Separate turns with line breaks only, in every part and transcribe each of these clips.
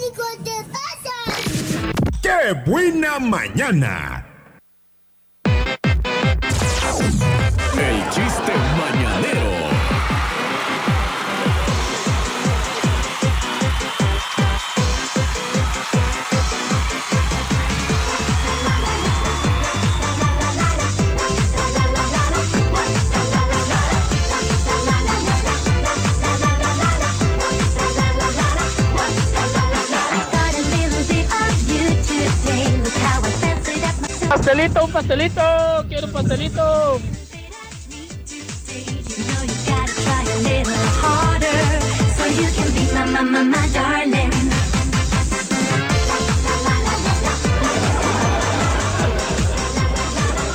chicos de casa.
¡Qué buena mañana!
El chiste mañanero.
Pastelito, un pastelito, quiero un pastelito.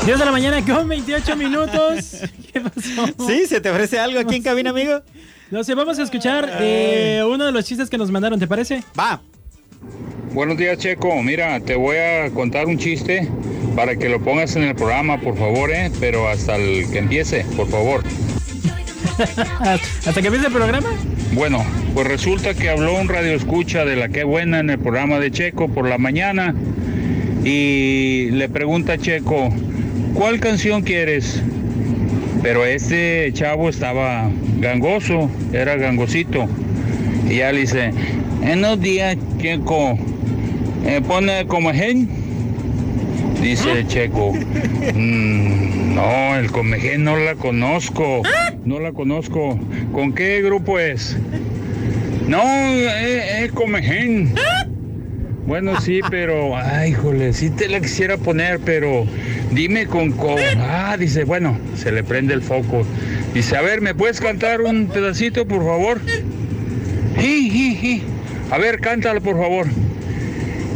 Dios de la mañana con 28 minutos. ¿Qué pasó?
¿Sí? ¿Se te ofrece algo aquí en cabina, amigo?
No sé, vamos a escuchar eh, uno de los chistes que nos mandaron, ¿te parece?
Va.
Buenos días, Checo. Mira, te voy a contar un chiste para que lo pongas en el programa, por favor, ¿eh? Pero hasta el que empiece, por favor.
Hasta que empiece el programa.
Bueno, pues resulta que habló un radio escucha de la que buena en el programa de Checo por la mañana y le pregunta a Checo, ¿cuál canción quieres? Pero este chavo estaba gangoso, era gangosito. Y ya le dice, en los días, Checo, eh, pone como gen. Dice Checo, "Mm, no, el comején no la conozco, no la conozco. ¿Con qué grupo es? No, eh, es, es comején. Bueno, sí, pero, ay, híjole, sí te la quisiera poner, pero dime con, con... Ah, dice, bueno, se le prende el foco. Dice, a ver, ¿me puedes cantar un pedacito, por favor? Sí, sí, sí. A ver, cántalo, por favor.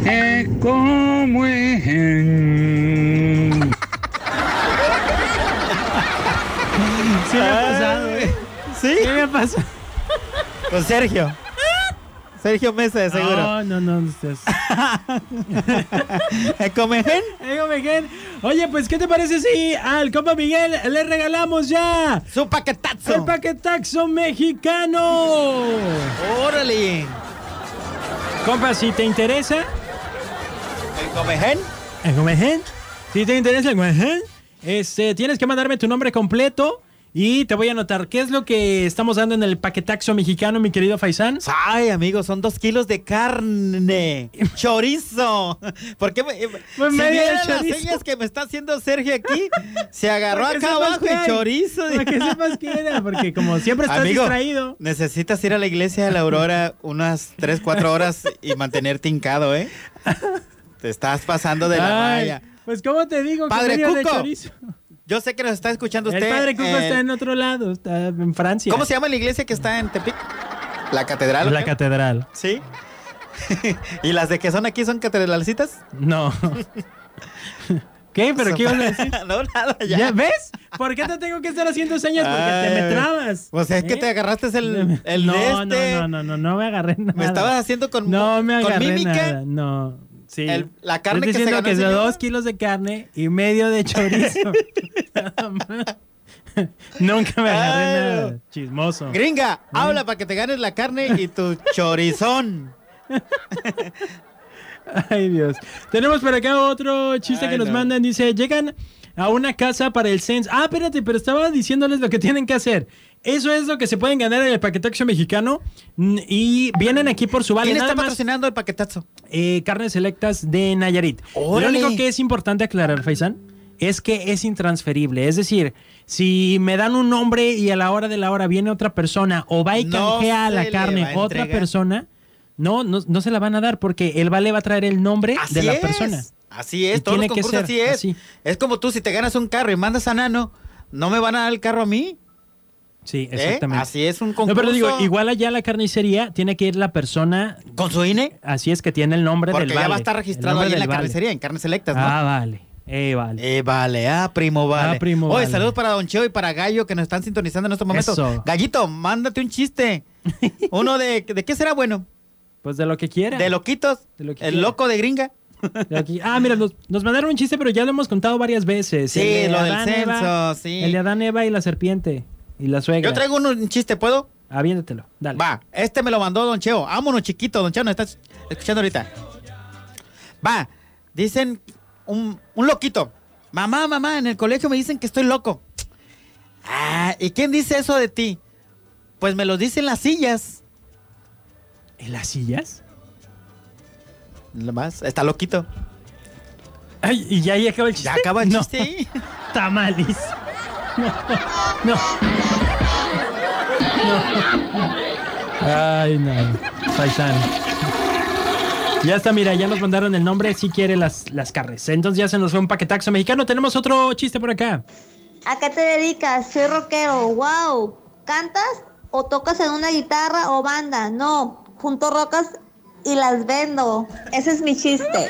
Eh, como en...
Sí, me ha pasado, eh.
¿Sí?
Sí, me ha pasado.
Con Sergio. Sergio Mesa, de seguro.
No, no, no. no estás-
¿Come gen?
Amigo Miguel, Oye, pues, ¿qué te parece si al compa Miguel le regalamos ya
¡Su paquetazo!
el paquetaxo mexicano?
¡Órale!
Compa, si te interesa,
¿El comején?
el Comején, si te interesa el Comején, este, tienes que mandarme tu nombre completo y te voy a anotar qué es lo que estamos dando en el paquetaxo mexicano, mi querido Faisán.
Ay, amigo, son dos kilos de carne. Chorizo. ¿Por qué? Me, eh,
Pues
si
medio
vieran las
chorizo.
señas que me está haciendo Sergio aquí, se agarró
Para que
acá
sepas
abajo
que
y
hay,
chorizo.
Para que sepas que era, porque como siempre estás
Amigo,
distraído.
necesitas ir a la iglesia de la Aurora unas 3, 4 horas y mantenerte hincado, ¿eh? Te estás pasando de la
Ay,
raya.
Pues, ¿cómo te digo? que
Padre
medio de
Cuco.
chorizo?
Yo sé que nos está escuchando usted.
El padre Cuco
eh,
está en otro lado, está en Francia.
¿Cómo se llama la iglesia que está en Tepic? La catedral.
La
¿ok?
catedral.
Sí. ¿Y las de que son aquí son catedralcitas?
No. ¿Qué? ¿Pero qué ibas a decir?
no, nada, ya.
¿Ya? ves? ¿por qué te tengo que estar haciendo señas? Porque te me
Ay,
trabas.
Pues es que
¿Eh?
te agarraste el, el
no,
de
no,
este.
no, no, no, no me agarré nada.
Me estabas haciendo con,
No me
con
agarré
mímica.
nada. No, sí.
El- la carne
Estoy
que se
diciendo
ganó
que
el
es de
señor.
dos kilos de carne y medio de chorizo. Nada más. Nunca me agarré
Ay,
nada.
no.
Chismoso.
Gringa,
¿Eh?
habla para que te ganes la carne y tu chorizón.
Ay, Dios. Tenemos por acá otro chiste
Ay,
que nos
no.
mandan. Dice, llegan a una casa para el censo. Ah, espérate, pero estaba diciéndoles lo que tienen que hacer. Eso es lo que se pueden ganar en el paquetaxo mexicano. Mm, Y vienen aquí por su vale.
¿Quién
Nada
está
más,
patrocinando el paquetazo?
eh, carnes selectas de Nayarit. Lo
Órale.
único que es importante aclarar, Faisán, es que es intransferible. Es decir, si me dan un nombre y a la hora de la hora viene otra persona o va y
No
canjea
se
la
le va
carne
a
otra
entregar.
persona, no, no, no se la van a dar porque el vale va a traer el nombre ¿Eh? de la
es.
persona.
Así
Y
es, todos los
tiene que
concursos
ser
así es.
así.
Es como tú, si te ganas un carro y mandas a Nano, no me van a dar el carro a mí.
Sí,
¿eh?
exactamente.
Así es un
No,
concurso.
pero digo, igual allá a la carnicería tiene que ir la persona,
Con su E. INE,
así es que tiene el nombre
porque
del
ya
vale,
va a estar
el
registrado
nombre
ahí en la
del vale.
carnicería, en carnes selectas, ¿no?
Ah, vale. Eh, vale.
Eh, vale, ah, primo, vale.
Ah, primo,
Oye,
vale.
saludos para Don Cheo y para Gallo que nos están sintonizando en estos momentos.
Eso.
Gallito, mándate un chiste. Uno de, ¿de qué será bueno?
Pues de lo que quiera.
¿De loquitos?
De lo que
¿El
quiera.
loco de gringa?
De aquí. Ah, mira, nos, nos mandaron un chiste, pero ya lo hemos contado varias veces.
Sí,
El de
lo del
Adán, Eva,
censo, sí.
El de Adán, Eva y la serpiente. Y la suegra.
Yo traigo un, un chiste, ¿puedo?
Aviéntatelo. Dale.
Va, este me lo mandó Don Cheo. Vámonos, chiquito. Don Cheo nos estás escuchando ahorita. Va, dicen un, un loquito. Mamá, mamá, en el colegio me dicen que estoy loco. Ah, ¿y quién dice eso de ti? Pues me lo dicen las sillas.
¿En las sillas?
Lo más, está loquito.
Ay, y ya ahí acaba el chiste.
Ya acaba el
No,
chiste ahí.
Tamales. No. No. No. Ay, no. Paisano. Ya está, mira, ya nos mandaron el nombre, si quiere las, las carnes. Entonces ya se nos fue un paquetaxo mexicano. Tenemos otro chiste por acá.
¿A qué te dedicas? Soy rockero. ¡Wow! ¿Cantas o tocas en una guitarra o banda? No, junto rocas y las vendo. Ese es mi chiste.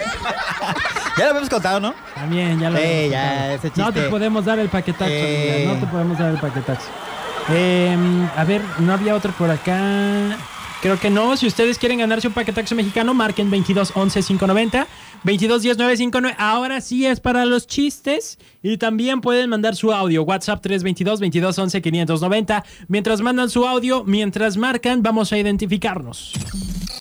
Ya lo habíamos contado, ¿no?
También, ya lo
Sí,
habíamos
ya,
contado.
ese
No
chiste.
te podemos dar el paquetaxo,
Eh.
amiga, no te podemos dar el paquetaxo. Eh, a ver, no había otro por acá. Creo que no. Si ustedes quieren ganarse un paquetaxo mexicano, marquen 22 11 590 22 10 959. Ahora sí es para los chistes. Y también pueden mandar su audio. WhatsApp 322 22 11 590. Mientras mandan su audio, mientras marcan, vamos a identificarnos.